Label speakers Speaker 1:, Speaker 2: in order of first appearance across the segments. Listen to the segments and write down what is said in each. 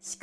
Speaker 1: し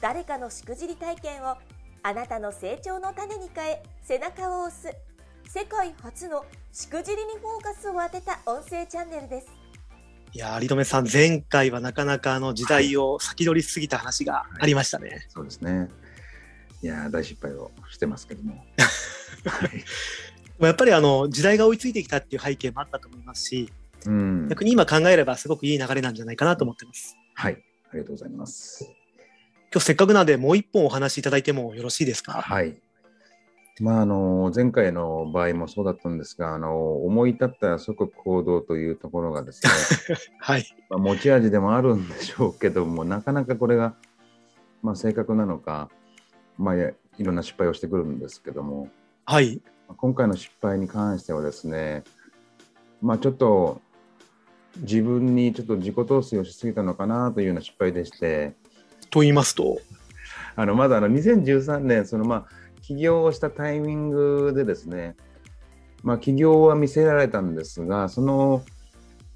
Speaker 1: 誰かのしくじり体験をあなたの成長の種に変え背中を押す世界初のしくじりにフォーカスを当てた音声チャンネルです
Speaker 2: いやー有留さん、前回はなかなかあの時代を先取りしすぎた話がありましたね。
Speaker 3: そうですね。いやー大失敗をしてますけども。はい
Speaker 2: まあやっぱりあの時代が追いついてきたっていう背景もあったと思いますし、
Speaker 3: うん。
Speaker 2: 逆に今考えればすごくいい流れなんじゃないかなと思ってます。
Speaker 3: はい。ありがとうございます。
Speaker 2: 今日せっかくなんでもう一本お話しいただいてもよろしいですか
Speaker 3: はい。まあ、あの前回の場合もそうだったんですがあの思い立ったら即行動というところがで すね、
Speaker 2: はい。
Speaker 3: まあ、持ち味でもあるんでしょうけどもなかなかこれが、まあ、正確なのか、まあ、いやいろんな失敗をしてくるんですけども、
Speaker 2: はい。
Speaker 3: 今回の失敗に関してはですね、まあ、ちょっと自分にちょっと自己投資をしすぎたのかなというような失敗でして
Speaker 2: と言いますと、
Speaker 3: あのまずあの2013年そのまあ起業をしたタイミングでですね、まあ、起業は見せられたんですがその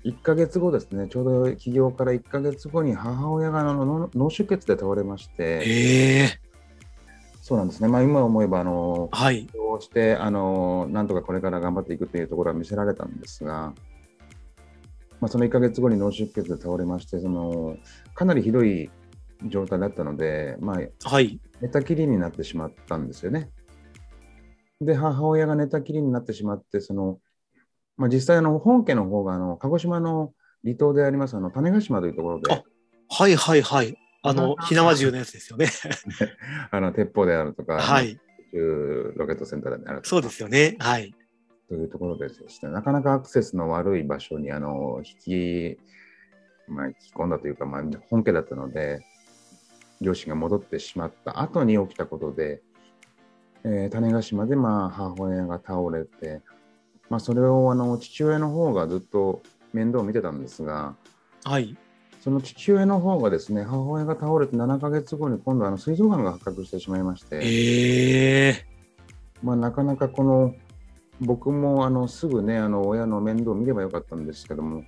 Speaker 3: 1ヶ月後ですねちょうど起業から1ヶ月後に母親があの脳脳出血で倒れまして
Speaker 2: ええ
Speaker 3: そうなんですね、まあ、今思えばあの
Speaker 2: はい。
Speaker 3: をして、あのなんとかこれから頑張っていくというところは見せられたんですが、まあ、その1ヶ月後に脳出血で倒れましてその、かなりひどい状態だったので、まあ、
Speaker 2: はい。
Speaker 3: 寝たきりになってしまったんですよね。で、母親が寝たきりになってしまって、そのまあ、実際あの、本家の方があの鹿児島の離島でありますあの種子島というところで
Speaker 2: あはいはいはい。あ
Speaker 3: な
Speaker 2: の
Speaker 3: ん、か
Speaker 2: 火縄銃のやつですよね。
Speaker 3: あの鉄砲であるとか、
Speaker 2: はい。
Speaker 3: 宇宙ロケットセンターであるとか
Speaker 2: そうですよね。はい。
Speaker 3: というところでですね、なかなかアクセスの悪い場所にあの引き,、まあ、引き込んだというか、まあ、本家だったので、両親が戻ってしまった後に起きたことで、えー種子島でまあ母親が倒れて、まあ、それをあの父親の方がずっと面倒を見てたんですが、
Speaker 2: はい。
Speaker 3: その父親の方がですね、母親が倒れて7ヶ月後に今度あの膵臓がんが発覚してしまいまして。
Speaker 2: ええ
Speaker 3: まあ、なかなかこの僕もあのすぐねあの親の面倒を見ればよかったんですけども、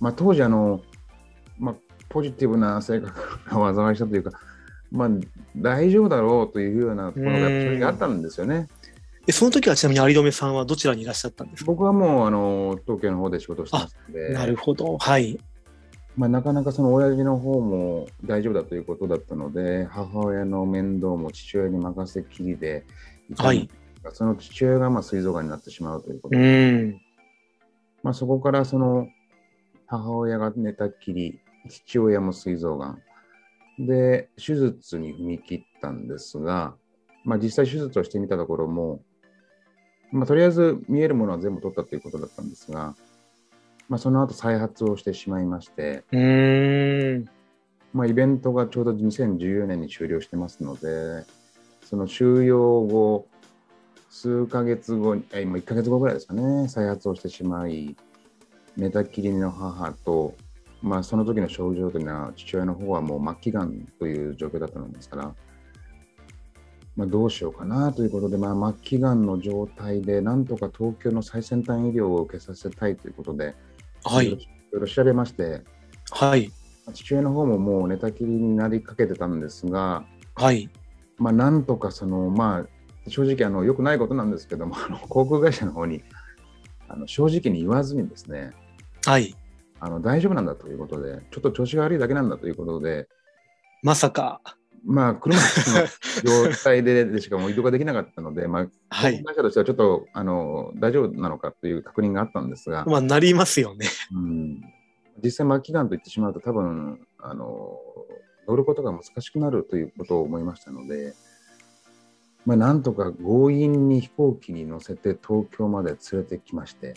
Speaker 3: まあ、当時あの、まあ、ポジティブな性格が災いしたというか、まあ、大丈夫だろうというようなところが
Speaker 2: うん
Speaker 3: 正直あったんですよね。
Speaker 2: えその時はちなみに有留さんはどちらにいらっしゃったんですか
Speaker 3: 僕はもうあの東京の方で仕事をしてますので
Speaker 2: なるほど。はい。
Speaker 3: まあ、なかなかその親父の方も大丈夫だということだったので母親の面倒も父親に任せっきりでたんですがその父親がまあ膵臓がんになってしまうということで
Speaker 2: うん。
Speaker 3: まあ、そこからその母親が寝たっきり、父親も膵臓がんで手術に踏み切ったんですが、まあ、実際手術をしてみたところも、まあ、とりあえず見えるものは全部取ったということだったんですが、まあ、その後再発をしてしまいまして、
Speaker 2: うーん。
Speaker 3: まあ、イベントがちょうど2014年に終了してますので、その終了後、数ヶ月後に、え今1ヶ月後ぐらいですかね、再発をしてしまい、寝たきりの母と、まあ、その時の症状というのは、父親の方はもう末期がんという状況だったのですから、まあ、どうしようかなということで、まあ、末期がんの状態で、なんとか東京の最先端医療を受けさせたいということで、
Speaker 2: はい
Speaker 3: ろ
Speaker 2: い。
Speaker 3: いろ調べまして、
Speaker 2: はい。
Speaker 3: 父親の方ももう寝たきりになりかけてたんですが、
Speaker 2: はい。
Speaker 3: まあ、なんとかその、まあ、正直あの、よくないことなんですけども、あ の航空会社の方にあの正直に言わずにですね、
Speaker 2: はい。
Speaker 3: あの大丈夫なんだということで、ちょっと調子が悪いだけなんだということで、
Speaker 2: まさか。
Speaker 3: まあ、車椅子の状態ででしかもう移動ができなかったので、まあ、
Speaker 2: は
Speaker 3: 航
Speaker 2: い。
Speaker 3: 空会社としてはちょっとあの大丈夫なのかという確認があったんですが、
Speaker 2: まあ、なりますよね。
Speaker 3: うん、実際、末期がんと言ってしまうと、多分あの乗ることが難しくなるということを思いましたので、まあ、なんとか強引に飛行機に乗せて東京まで連れてきまして、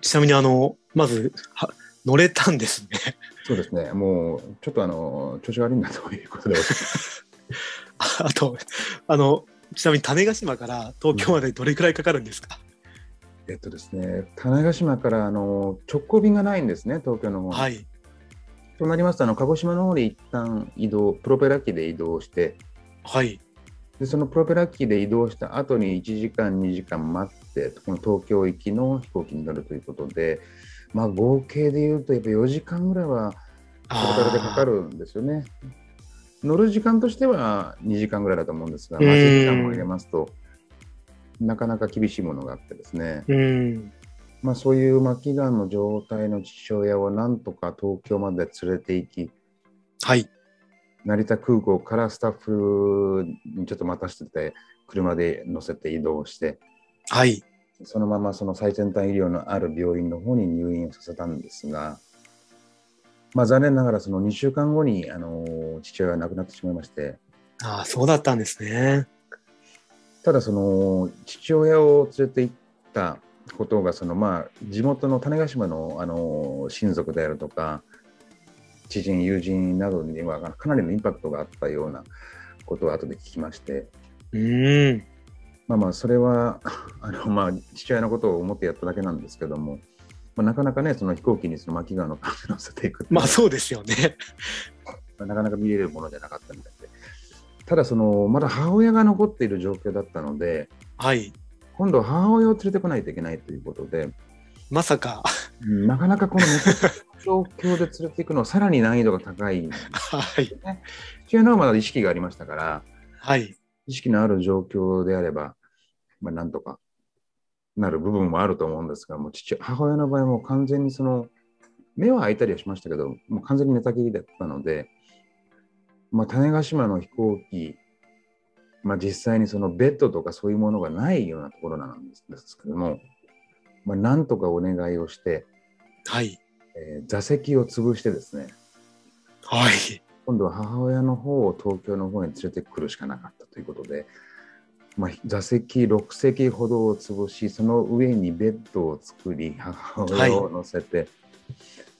Speaker 2: ちなみに、あの、まず、は乗れたんですね。
Speaker 3: そうですね、もうちょっとあの調子が悪いんだということで、
Speaker 2: あと、あの、ちなみに種子島から東京までどれくらいかかるんですか、
Speaker 3: えっとですね、種子島からあの直行便がないんですね、東京の方に。
Speaker 2: はい。
Speaker 3: となりますとあの、鹿児島の方で一旦移動、プロペラ機で移動して、
Speaker 2: はい。
Speaker 3: でそのプロペラ機で移動した後に1時間、2時間待って、この東京行きの飛行機に乗るということで、まあ、合計でいうと、やっぱ4時間ぐらいはトータルでかか
Speaker 2: る。
Speaker 3: るんですよね。乗る時間としては2時間ぐらいだと思うんですが、
Speaker 2: うん
Speaker 3: 待ち時間も入れますと、なかなか厳しいものがあってですね、
Speaker 2: うん。
Speaker 3: まあ、そういう末期がんの状態の父親をなんとか東京まで連れて行き、
Speaker 2: はい。
Speaker 3: 成田空港からスタッフにちょっと待たせてて、車で乗せて移動して、
Speaker 2: はい。
Speaker 3: そのままその最先端医療のある病院の方に入院をさせたんですが、まあ、残念ながらその2週間後にあの父親が亡くなってしまいまして、
Speaker 2: ああ、そうだったんですね。
Speaker 3: ただその父親を連れて行ったことがそのまあ地元の種子島のあの親族であるとか知人友人などにはかなりのインパクトがあったようなことを後で聞きまして
Speaker 2: うん。
Speaker 3: まあまあそれは あのまあ父親のことを思ってやっただけなんですけども、まあ、なかなかねその飛行機にその巻川の感じ乗せていくっていうの
Speaker 2: ま
Speaker 3: は
Speaker 2: あそうですよね。
Speaker 3: なかなか見れるものじゃなかったみたいでただそのまだ母親が残っている状況だったので
Speaker 2: はい。
Speaker 3: 今度は母親を連れてこないといけないということで、
Speaker 2: まさか。
Speaker 3: なかなかこの状況で連れていくのはさらに難易度が高い。
Speaker 2: はい。
Speaker 3: 父親の方はまだ意識がありましたから、
Speaker 2: はい。
Speaker 3: 意識のある状況であれば、まあ、なんとかなる部分もあると思うんですが、もう父母親の場合も完全にその、目は開いたりはしましたけど、もう完全に寝たきりだったので、まあ、種子島の飛行機、まあ、実際にそのベッドとかそういうものがないようなところなんですですけども、まあ、なんとかお願いをして、
Speaker 2: はい。
Speaker 3: えー座席を潰してですね、
Speaker 2: はい。
Speaker 3: 今度は母親の方を東京の方に連れてくるしかなかったということで、まあ、座席6席ほどを潰し、その上にベッドを作り、母親を乗せて、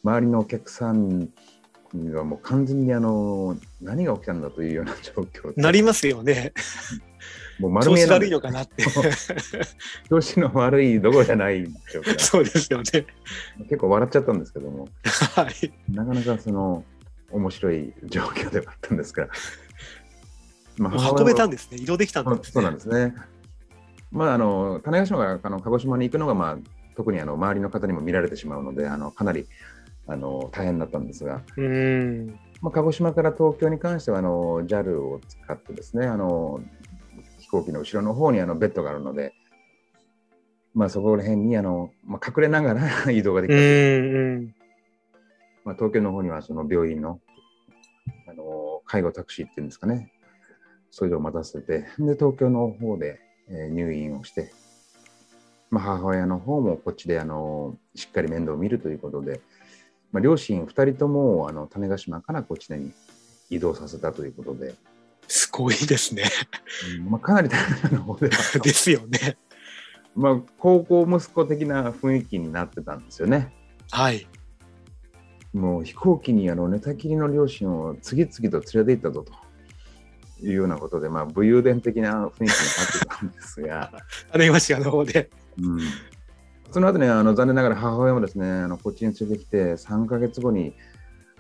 Speaker 3: 周りのお客さんがもう完全にあの何が起きたんだというような状況で
Speaker 2: なりますよね。
Speaker 3: もう丸
Speaker 2: 調
Speaker 3: 見え
Speaker 2: 子
Speaker 3: なん
Speaker 2: 悪い
Speaker 3: で
Speaker 2: のかなって。
Speaker 3: 調子の悪いどころじゃない状 況
Speaker 2: そうですよね。
Speaker 3: 結構笑っちゃったんですけども、
Speaker 2: はい。
Speaker 3: なかなかその面白い状況ではあったんですが、ま母親
Speaker 2: 運べた
Speaker 3: は
Speaker 2: んですね。移動できたんですね。
Speaker 3: そうなんですね。まあ、あの種子島からあの鹿児島に行くのが、まあ、特にあの周りの方にも見られてしまうので、あのかなりあの大変だったんですが、
Speaker 2: うん。
Speaker 3: まあ、鹿児島から東京に関してはあの JAL を使ってですねあの飛行機の後ろの方にあのベッドがあるので、まあ、そこら辺にあの、まあ、隠れながら 移動がで
Speaker 2: う。
Speaker 3: きたというん
Speaker 2: うん。
Speaker 3: まあ、東京の方にはその病院のあの介護タクシーっていうんですかね、それを待たせて、で東京の方で、えー入院をして、まあ、母親の方もこっちであのしっかり面倒を見るということで、まあ、両親2人ともあの種子島からこっちに移動させたということで、
Speaker 2: すごいですね。
Speaker 3: うんまあ、かなり大変な方では あった
Speaker 2: ですよね。
Speaker 3: まあ、高校息子的な雰囲気になってたんですよね。
Speaker 2: はい。
Speaker 3: もう飛行機にあの寝たきりの両親を次々と連れて行ったぞというようなことで、まあ、武勇伝的な雰囲気になってたんですが、
Speaker 2: 種子島の方で。
Speaker 3: うんその後ね、あの残念ながら母親もですね、あのこっちに連れてきて、3ヶ月後に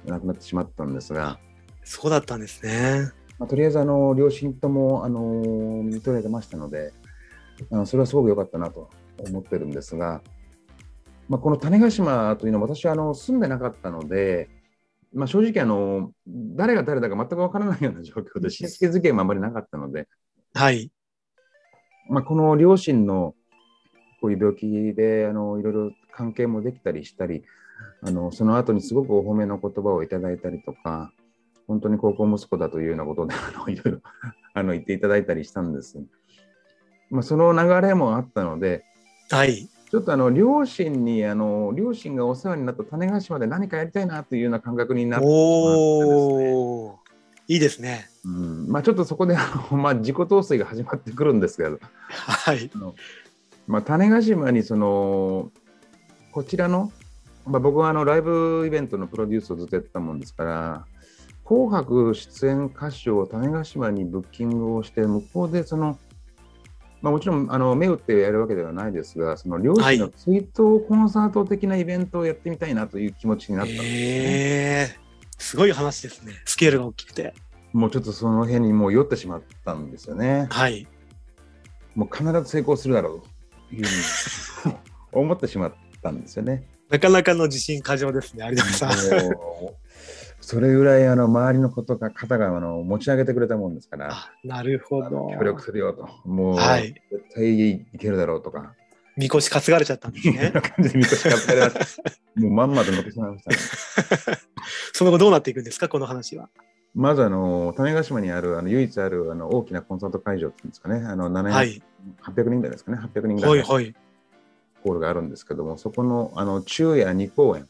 Speaker 3: 亡くなってしまったんですが、
Speaker 2: そうだったんですね。
Speaker 3: まあ、とりあえずあの両親とも、あの見とれてましたので、あのそれはすごく良かったなと思ってるんですが、まあ、この種子島というのは私はあの住んでなかったので、まあ、正直あの誰が誰だか全く分からないような状況で親戚付き合いもあまりなかったので、
Speaker 2: はい。
Speaker 3: まあ、この両親のこういう病気であのいろいろ関係もできたりしたりあのその後にすごくお褒めの言葉をいただいたりとか本当に高校息子だというようなことであのいろいろあの言っていただいたりしたんです、まあ、その流れもあったので
Speaker 2: はい。
Speaker 3: ちょっとあの両親にあの両親がお世話になった種子島で何かやりたいなというような感覚になって、
Speaker 2: おお、いいですね。
Speaker 3: うんまあ、ちょっとそこであの、まあ、自己陶酔が始まってくるんですけど
Speaker 2: はい。
Speaker 3: あのまあ、種子島にそのこちらの、まあ、僕はあのライブイベントのプロデュースをずっとやってたもんですから紅白出演歌手を種子島にブッキングをして、向こうでその、まあ、もちろんあの目打ってやるわけではないですが、その両親の追悼コンサート的なイベントをやってみたいなという気持ちになったんですね。
Speaker 2: えー、すごい話ですね。スケールが大きくて。
Speaker 3: もうちょっとその辺にもう酔ってしまったんですよね。
Speaker 2: はい。
Speaker 3: もう必ず成功するだろうというふうに思ってしまったんですよね。
Speaker 2: なかなかの自信過剰ですね、有留さん。
Speaker 3: もうそれぐらいあの周りのことが方があの持ち上げてくれたもんですから、
Speaker 2: あなるほど。
Speaker 3: 協力するよと、もう
Speaker 2: はい
Speaker 3: 絶対いけるだろうとか、
Speaker 2: みこし担がれちゃったんです
Speaker 3: そん
Speaker 2: ね
Speaker 3: な。感じで見てしまっ たら、もうまんまと乗ってしまいましたね。
Speaker 2: その後どうなっていくんですか、この話は。
Speaker 3: まずあの種子島にあるあの唯一あるあの大きなコンサート会場っていうんですかね、あの700、
Speaker 2: はい。
Speaker 3: 800人ぐらいですかね、800人ぐら
Speaker 2: はいい
Speaker 3: の
Speaker 2: はい。
Speaker 3: ホールがあるんですけども、そこのあの昼夜2公演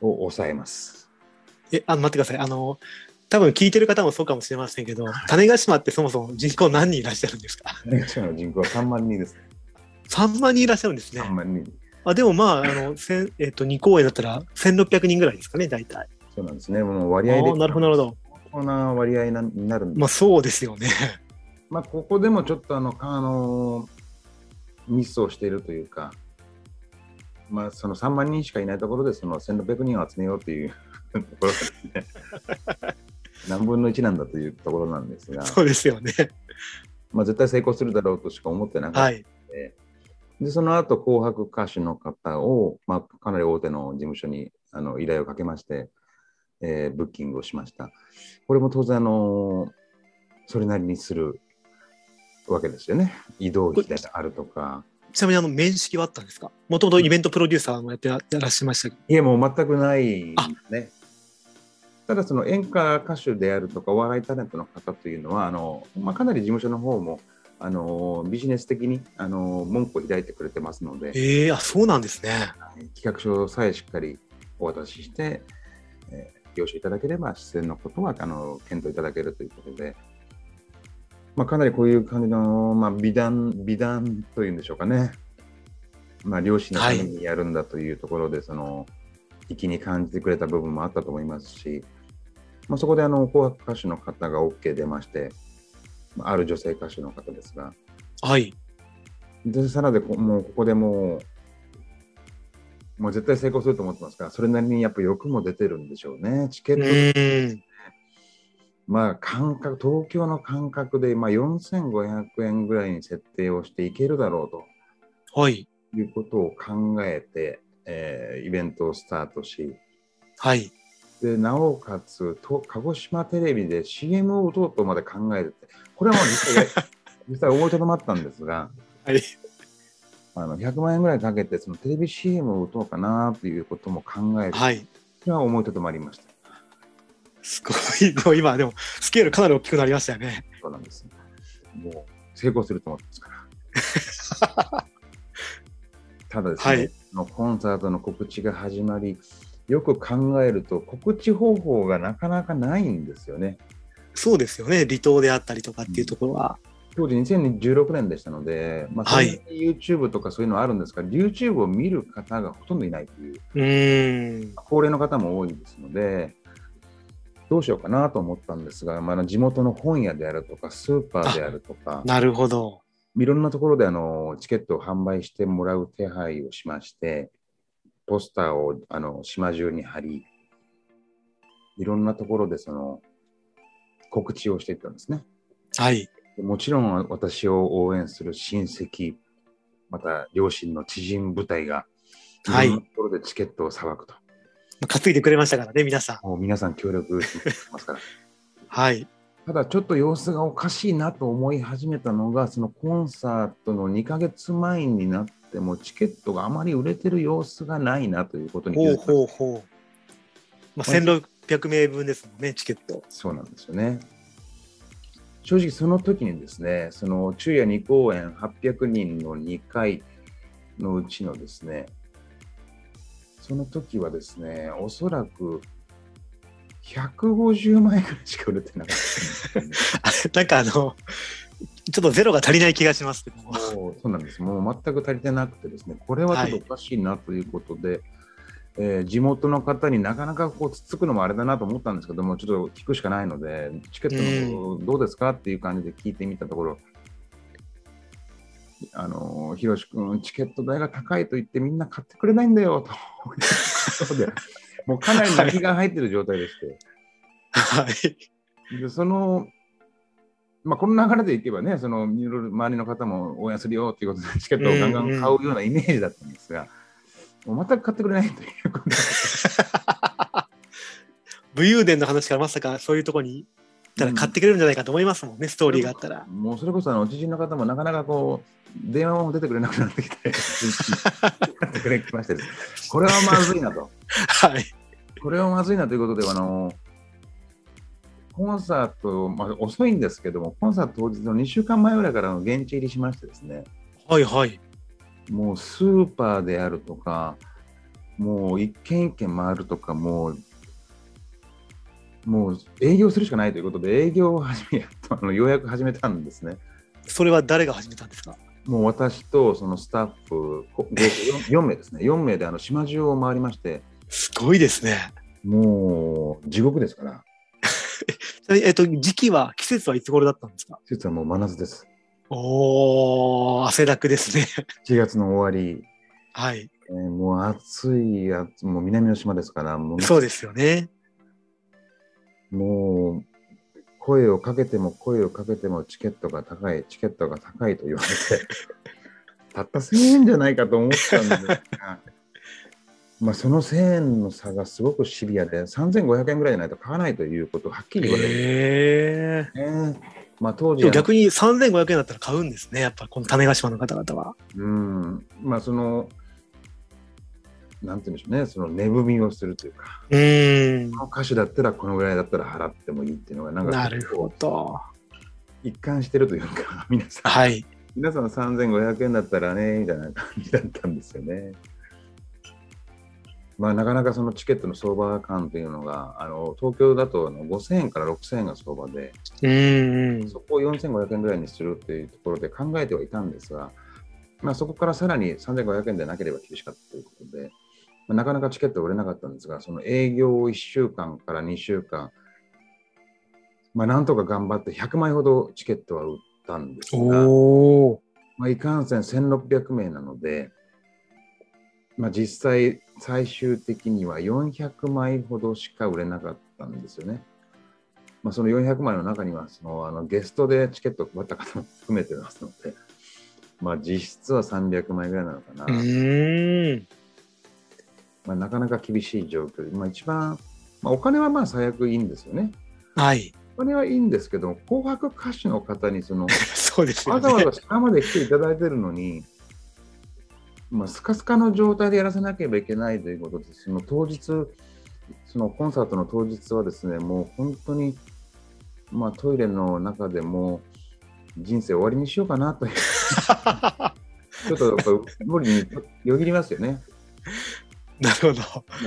Speaker 3: を抑えます。
Speaker 2: え、あの、待ってください。あの、多分聞いてる方もそうかもしれませんけど、種子島ってそもそも人口何人いらっしゃるんですか
Speaker 3: 種子島の人口は3万人です。
Speaker 2: ?3 万人いらっしゃるんですね
Speaker 3: 3。万人。
Speaker 2: あでもまあ、あの、千えっ、と、2公演だったら1600人ぐらいですかね、大体。
Speaker 3: そうなんですね。もう割
Speaker 2: あ
Speaker 3: 合で。
Speaker 2: ーなるほど、なるほど。
Speaker 3: 相当な割合なになるんで、
Speaker 2: まあ、そうですよね。
Speaker 3: まあ、ここでもちょっとあの、かあのーミスをしているというか、まあ、その3万人しかいないところで、その1600人を集めようという ところですね。 何分の1なんだというところなんですが、
Speaker 2: そうですよね。
Speaker 3: まあ、絶対成功するだろうとしか思ってなかった。
Speaker 2: はい。
Speaker 3: で、その後、紅白歌手の方を、まあ、かなり大手の事務所にあの依頼をかけまして、えーブッキングをしました。これも当然、あのーそれなりにするわけですよね。移動費であるとか。
Speaker 2: ちなみに、あの、面識はあったんですかもともとイベントプロデューサーもやってらやらっしゃいましたけど。
Speaker 3: いや、もう全くない
Speaker 2: あ
Speaker 3: ね。ただ、その演歌歌手であるとか、お笑いタレントの方というのは、あのまあ、かなり事務所の方も、あのービジネス的に、あのー門戸を開いてくれてますので、
Speaker 2: ええあ、そうなんですね。
Speaker 3: 企画書さえしっかりお渡しして、えー、了承いただければ、出演のことはあの検討いただけるということで、まあ、かなりこういう感じの、まあ、美談、美談というんでしょうかね、まあ、両親のためにやるんだというところで、その、粋に感じてくれた部分もあったと思いますし、まあ、そこであの紅白歌手の方が OK 出まして、まあある女性歌手の方ですが、
Speaker 2: はい。
Speaker 3: で、さらでこ、もうここでもう、もう絶対成功すると思ってますから、それなりにやっぱ欲も出てるんでしょうね。チケ
Speaker 2: う
Speaker 3: ット、
Speaker 2: ーん。
Speaker 3: まあ感覚、東京の感覚で、まあ4500円ぐらいに設定をしていけるだろう
Speaker 2: はい。
Speaker 3: ということを考えて、えーイベントをスタートし、
Speaker 2: はい。
Speaker 3: で、なおかつ、と鹿児島テレビで CM を打とうとまで考えてて、これはもう 実際、実際思いとどまったんですが、
Speaker 2: はい。
Speaker 3: あの100万円ぐらいかけて、そのテレビ CM を打とうかなということも考えて、
Speaker 2: はい。
Speaker 3: それは思いとどまりました。
Speaker 2: すごい。 でも今、でも、スケールかなり大きくなりましたよね。
Speaker 3: そうなんです。もう成功すると思ってますから。 ただですね、
Speaker 2: はい
Speaker 3: そのコンサートの告知が始まり、よく考えると告知方法がなかなかないんですよね。
Speaker 2: そうですよね。離島であったりとかっていうところは。
Speaker 3: 当時2016年でしたので、まあ、
Speaker 2: はい
Speaker 3: そんなに YouTube とかそういうのはあるんですが、YouTube を見る方がほとんどいないという。
Speaker 2: うーん。
Speaker 3: 高齢の方も多いですので、どうしようかなと思ったんですが、まああの、地元の本屋であるとか、スーパーであるとか、
Speaker 2: なるほど。
Speaker 3: いろんなところであのチケットを販売してもらう手配をしまして、ポスターをあの島中に貼り、いろんなところでその告知をしていったんですね。
Speaker 2: はい。
Speaker 3: でもちろん私を応援する親戚、また両親の知人部隊が、
Speaker 2: はい
Speaker 3: いろんなところでチケットをさばくと。
Speaker 2: 担いでくれましたからね、皆さん。
Speaker 3: もう皆さん協力してますから。
Speaker 2: はい。
Speaker 3: ただちょっと様子がおかしいなと思い始めたのが、そのコンサートの2ヶ月前になっても、チケットがあまり売れてる様子がないなということに気
Speaker 2: ほ
Speaker 3: づ
Speaker 2: う
Speaker 3: いた
Speaker 2: ほうほう。まあ、1600名分ですもんね、チケット。
Speaker 3: そうなんですよね。正直その時にですね、その昼夜2公演800人の2回のうちのですね、その時はですね、おそらく150枚ぐらいしか売れてなかったんですよね。
Speaker 2: なんかあの、ちょっとゼロが足りない気がしますけども。
Speaker 3: もうそうなんです。もう全く足りてなくてですね、これはちょっとおかしいなということで、えー地元の方になかなかこうつっつくのもあれだなと思ったんですけどもちょっと聞くしかないのでチケットのどうですかっていう感じで聞いてみたところ、あのひろし君チケット代が高いと言ってみんな買ってくれないんだよと そうでもうかなり泣きが入ってる状態でして。
Speaker 2: はい。
Speaker 3: でその、まあ、この流れでいけばね、そのいろいろ周りの方も応援するよということで、チケットをガンガン買うようなイメージだったんですが、もう全く買ってくれないということで、
Speaker 2: 武勇伝の話からまさかそういうとこに行ったら買ってくれるんじゃないかと思いますもんね、ストーリーがあったら。
Speaker 3: もうそれこそあの知人の方もなかなかこう、電話も出てくれなくなってきて、 買ってくれましてです、これはまずいなと、
Speaker 2: はい。
Speaker 3: これはまずいなということで、あのコンサート、まあ、遅いんですけども、コンサート当日の2週間前ぐらいからの現地入りしましてですね、
Speaker 2: はいはい。
Speaker 3: もうスーパーであるとか、もう一軒一軒回るとか、もう、もう営業するしかないということで、営業を始め、やっとあのようやく始めたんですね。
Speaker 2: それは誰が始めたんですか
Speaker 3: もう私とそのスタッフ、こ合計4名ですね、4名であの島中を回りまして、
Speaker 2: すごいですね。
Speaker 3: もう地獄ですから、
Speaker 2: それえっと、時期は、季節はいつ頃だったんですか
Speaker 3: 季節はもう真夏です。
Speaker 2: おー、汗だくですね。
Speaker 3: 7月の終わり、
Speaker 2: はい。
Speaker 3: えーもう暑いやつ、もう南の島ですから、もう
Speaker 2: そうですよね。
Speaker 3: もう声をかけても声をかけてもチケットが高い、チケットが高いと言われて、たった1000円じゃないかと思ったんですが、 まあその1000円の差がすごくシビアで、3500円ぐらいじゃないと買わないということをはっきり言われて
Speaker 2: へえ。
Speaker 3: ますね。まあ当
Speaker 2: で
Speaker 3: 時
Speaker 2: も、逆に3500円だったら買うんですね。やっぱこの種子島の方々は。
Speaker 3: うん、まあその、なんて言うんでしょうね、その値踏みをするというか、
Speaker 2: うーん。
Speaker 3: この歌手だったらこのぐらいだったら払ってもいいっていうのが、なんか
Speaker 2: なるほど。
Speaker 3: 一貫してるというか、皆さん。
Speaker 2: はい。
Speaker 3: 皆さん3500円だったらね、みたいな感じだったんですよね。まあ、なかなかそのチケットの相場感というのが、あの東京だとあの5000円から6000円が相場で、
Speaker 2: うーん。
Speaker 3: そこを4500円ぐらいにするというところで考えてはいたんですが、まあ、そこからさらに3500円でなければ厳しかったということで、まあ、なかなかチケットは売れなかったんですが、その営業を1週間から2週間、まあ、なんとか頑張って100枚ほどチケットは売ったんですが、
Speaker 2: おー。
Speaker 3: まあ、いかんせん1600名なので、まあ、実際最終的には400枚ほどしか売れなかったんですよね。まあ、その400枚の中にはそのあのゲストでチケットを配った方も含めてますので、まあ、実質は300枚ぐらいなのかな。
Speaker 2: うーん。
Speaker 3: まあ、なかなか厳しい状況で、まあ、一番、まあ、お金はまあ最悪いいんですよね。
Speaker 2: はい。
Speaker 3: お金はいいんですけど、紅白歌手の方にその
Speaker 2: そうですよ
Speaker 3: わざわ
Speaker 2: ね。
Speaker 3: ざ下まで来ていただいてるのに、まあ、スカスカの状態でやらせなければいけないということで、その当日、そのコンサートの当日はですね、もう本当に、まあ、トイレの中でも人生終わりにしようかなという、 ちょっとやっぱ無理によぎりますよね。
Speaker 2: なるほど。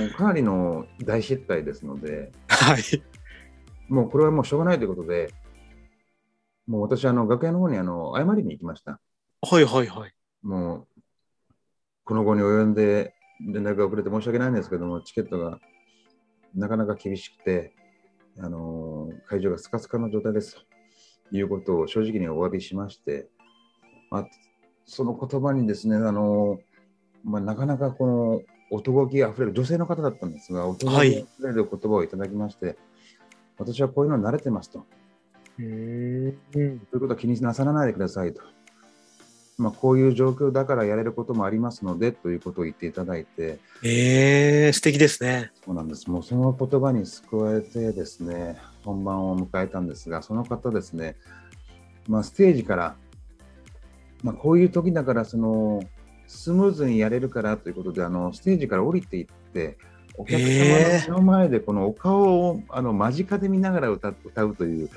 Speaker 3: もうかなりの大失態ですので、
Speaker 2: はい。
Speaker 3: もうこれはもうしょうがないということで、もう私、あの楽屋の方にあの謝りに行きました。
Speaker 2: はいはいはい。
Speaker 3: もう、この後に及んで連絡が遅れて申し訳ないんですけども、チケットがなかなか厳しくて、あのー会場がスカスカの状態ですということを正直にお詫びしまして、まあ、その言葉にですね、あのーまあ、なかなかこの男気あふれる女性の方だったんですが、男気あふ
Speaker 2: はい
Speaker 3: れる言葉をいただきまして、私はこういうのに慣れてますと。
Speaker 2: うーん。
Speaker 3: そういうことは気になさらないでくださいと。まあ、こういう状況だからやれることもありますのでということを言っていただいて、
Speaker 2: ええ素敵ですね。
Speaker 3: そうなんです。もうその言葉に救われてですね、本番を迎えたんですが、その方ですね、まあ、ステージから、まあ、こういう時だからその、スムーズにやれるからということで、あのステージから降りていって、お客様
Speaker 2: え
Speaker 3: の
Speaker 2: ー
Speaker 3: 目の前でこのお顔をあの間近で見ながら歌歌うという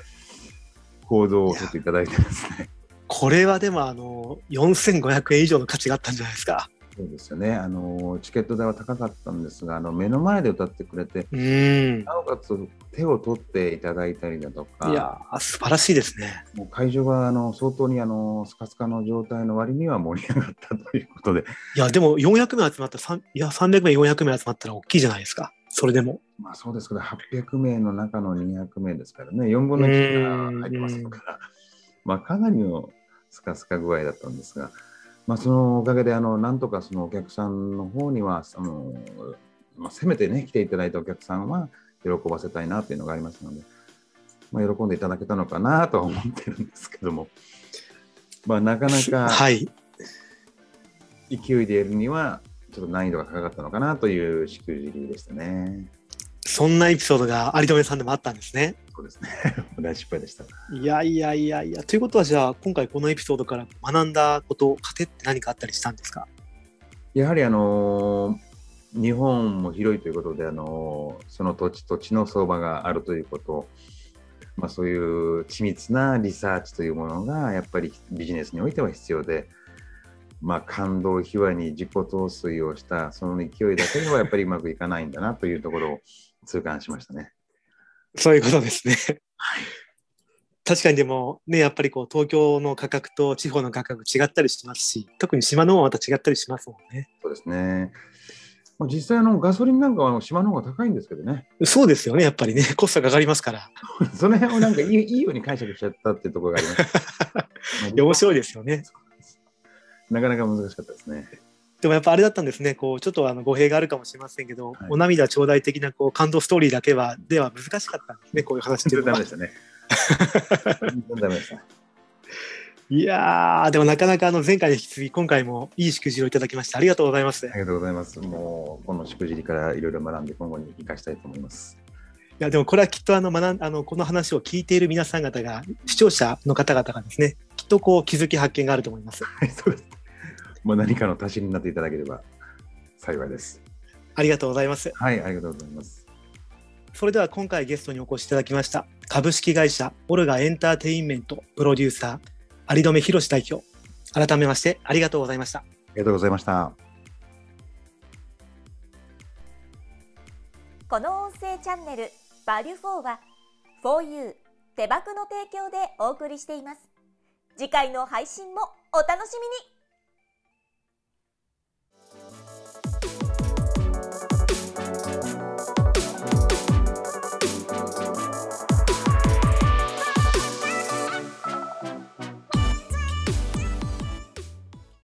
Speaker 3: 行動をちょっといただいてですね。
Speaker 2: これはでもあの、4500円以上の価値があったんじゃないですか。
Speaker 3: そうですよねあのチケット代は高かったんですがあの目の前で歌ってくれて
Speaker 2: うん。
Speaker 3: なおかつ手を取っていただいたりだとか
Speaker 2: いやー、素晴らしいですね。
Speaker 3: もう会場があの相当にあのスカスカの状態の割には盛り上がったということで、
Speaker 2: いや、でも400名集まったら、さんいや、300名、400名集まったら大きいじゃないですか。それでも。
Speaker 3: まあ、そうですけど800名の中の200名ですからね4分の1が入ってませんから、まあ、かなりのスカスカ具合だったんですが、まあ、そのおかげであのなんとかそのお客さんの方にはあの、まあ、せめてね来ていただいたお客さんは喜ばせたいなというのがありますので、まあ、喜んでいただけたのかなとは思ってるんですけども、まあ、なかなか。
Speaker 2: はい。
Speaker 3: 勢いでやるにはちょっと難易度が高かったのかなというしくじりでしたね。
Speaker 2: そんなエピソードが有留さんでもあったんですね。
Speaker 3: そうですね。 大失敗でした。
Speaker 2: いやいやいやいや。ということは、じゃあ、今回このエピソードから学んだこと、糧って何かあったりしたんですか
Speaker 3: やはりあのー日本も広いということであのーその土地土地の相場があるということ、まあそういう緻密なリサーチというものがやっぱりビジネスにおいては必要で。まあ、感動秘話に自己陶酔をしたその勢いだけではやっぱりうまくいかないんだなというところを痛感しましたね。
Speaker 2: そういうことですね。確かにでもね、やっぱりこう東京の価格と地方の価格違ったりしますし、特に島の方はまた違ったりしますもんね。
Speaker 3: そうですね。まあ、実際あのガソリンなんかはあの島の方が高いんですけどね、
Speaker 2: そうですよね、やっぱりね、コストがかかりますから。
Speaker 3: その辺をなんかいいいいように解釈しちゃったっていうところがありますまあ
Speaker 2: いや面白いですよね。
Speaker 3: なかなか難しかったですね。
Speaker 2: でもやっぱあれだったんですね、こうちょっとあの語弊があるかもしれませんけど、
Speaker 3: はい
Speaker 2: お涙頂戴的なこう感動ストーリーだけはでは難しかったんですね、こういう話っていう
Speaker 3: 全然
Speaker 2: の
Speaker 3: ダ
Speaker 2: は
Speaker 3: メでしたね。全然ダメでした。
Speaker 2: いやー、でもなかなかあの前回に引き続き、今回もいいしくじりをいただきまして、ありがとうございます。
Speaker 3: ありがとうございます。もうこのしくじりからいろいろ学んで今後に生かしたいと思います。
Speaker 2: いやでもこれはきっとあの学んあのこの話を聞いている皆さん方が視聴者の方々がですねきっとこう気づき発見があると思います
Speaker 3: はい、そうです。まあ何かの足しになっていただければ幸いです。
Speaker 2: ありがとうございます
Speaker 3: はい、ありがとうございます。
Speaker 2: それでは今回ゲストにお越しいただきました株式会社オルガエンターテインメントプロデューサー有留博代表改めましてありがとうございました
Speaker 3: ありがとうございました。
Speaker 1: この音声チャンネル「バリュフォーは「4U 手箱の提供でお送りしています次回の配信もお楽しみに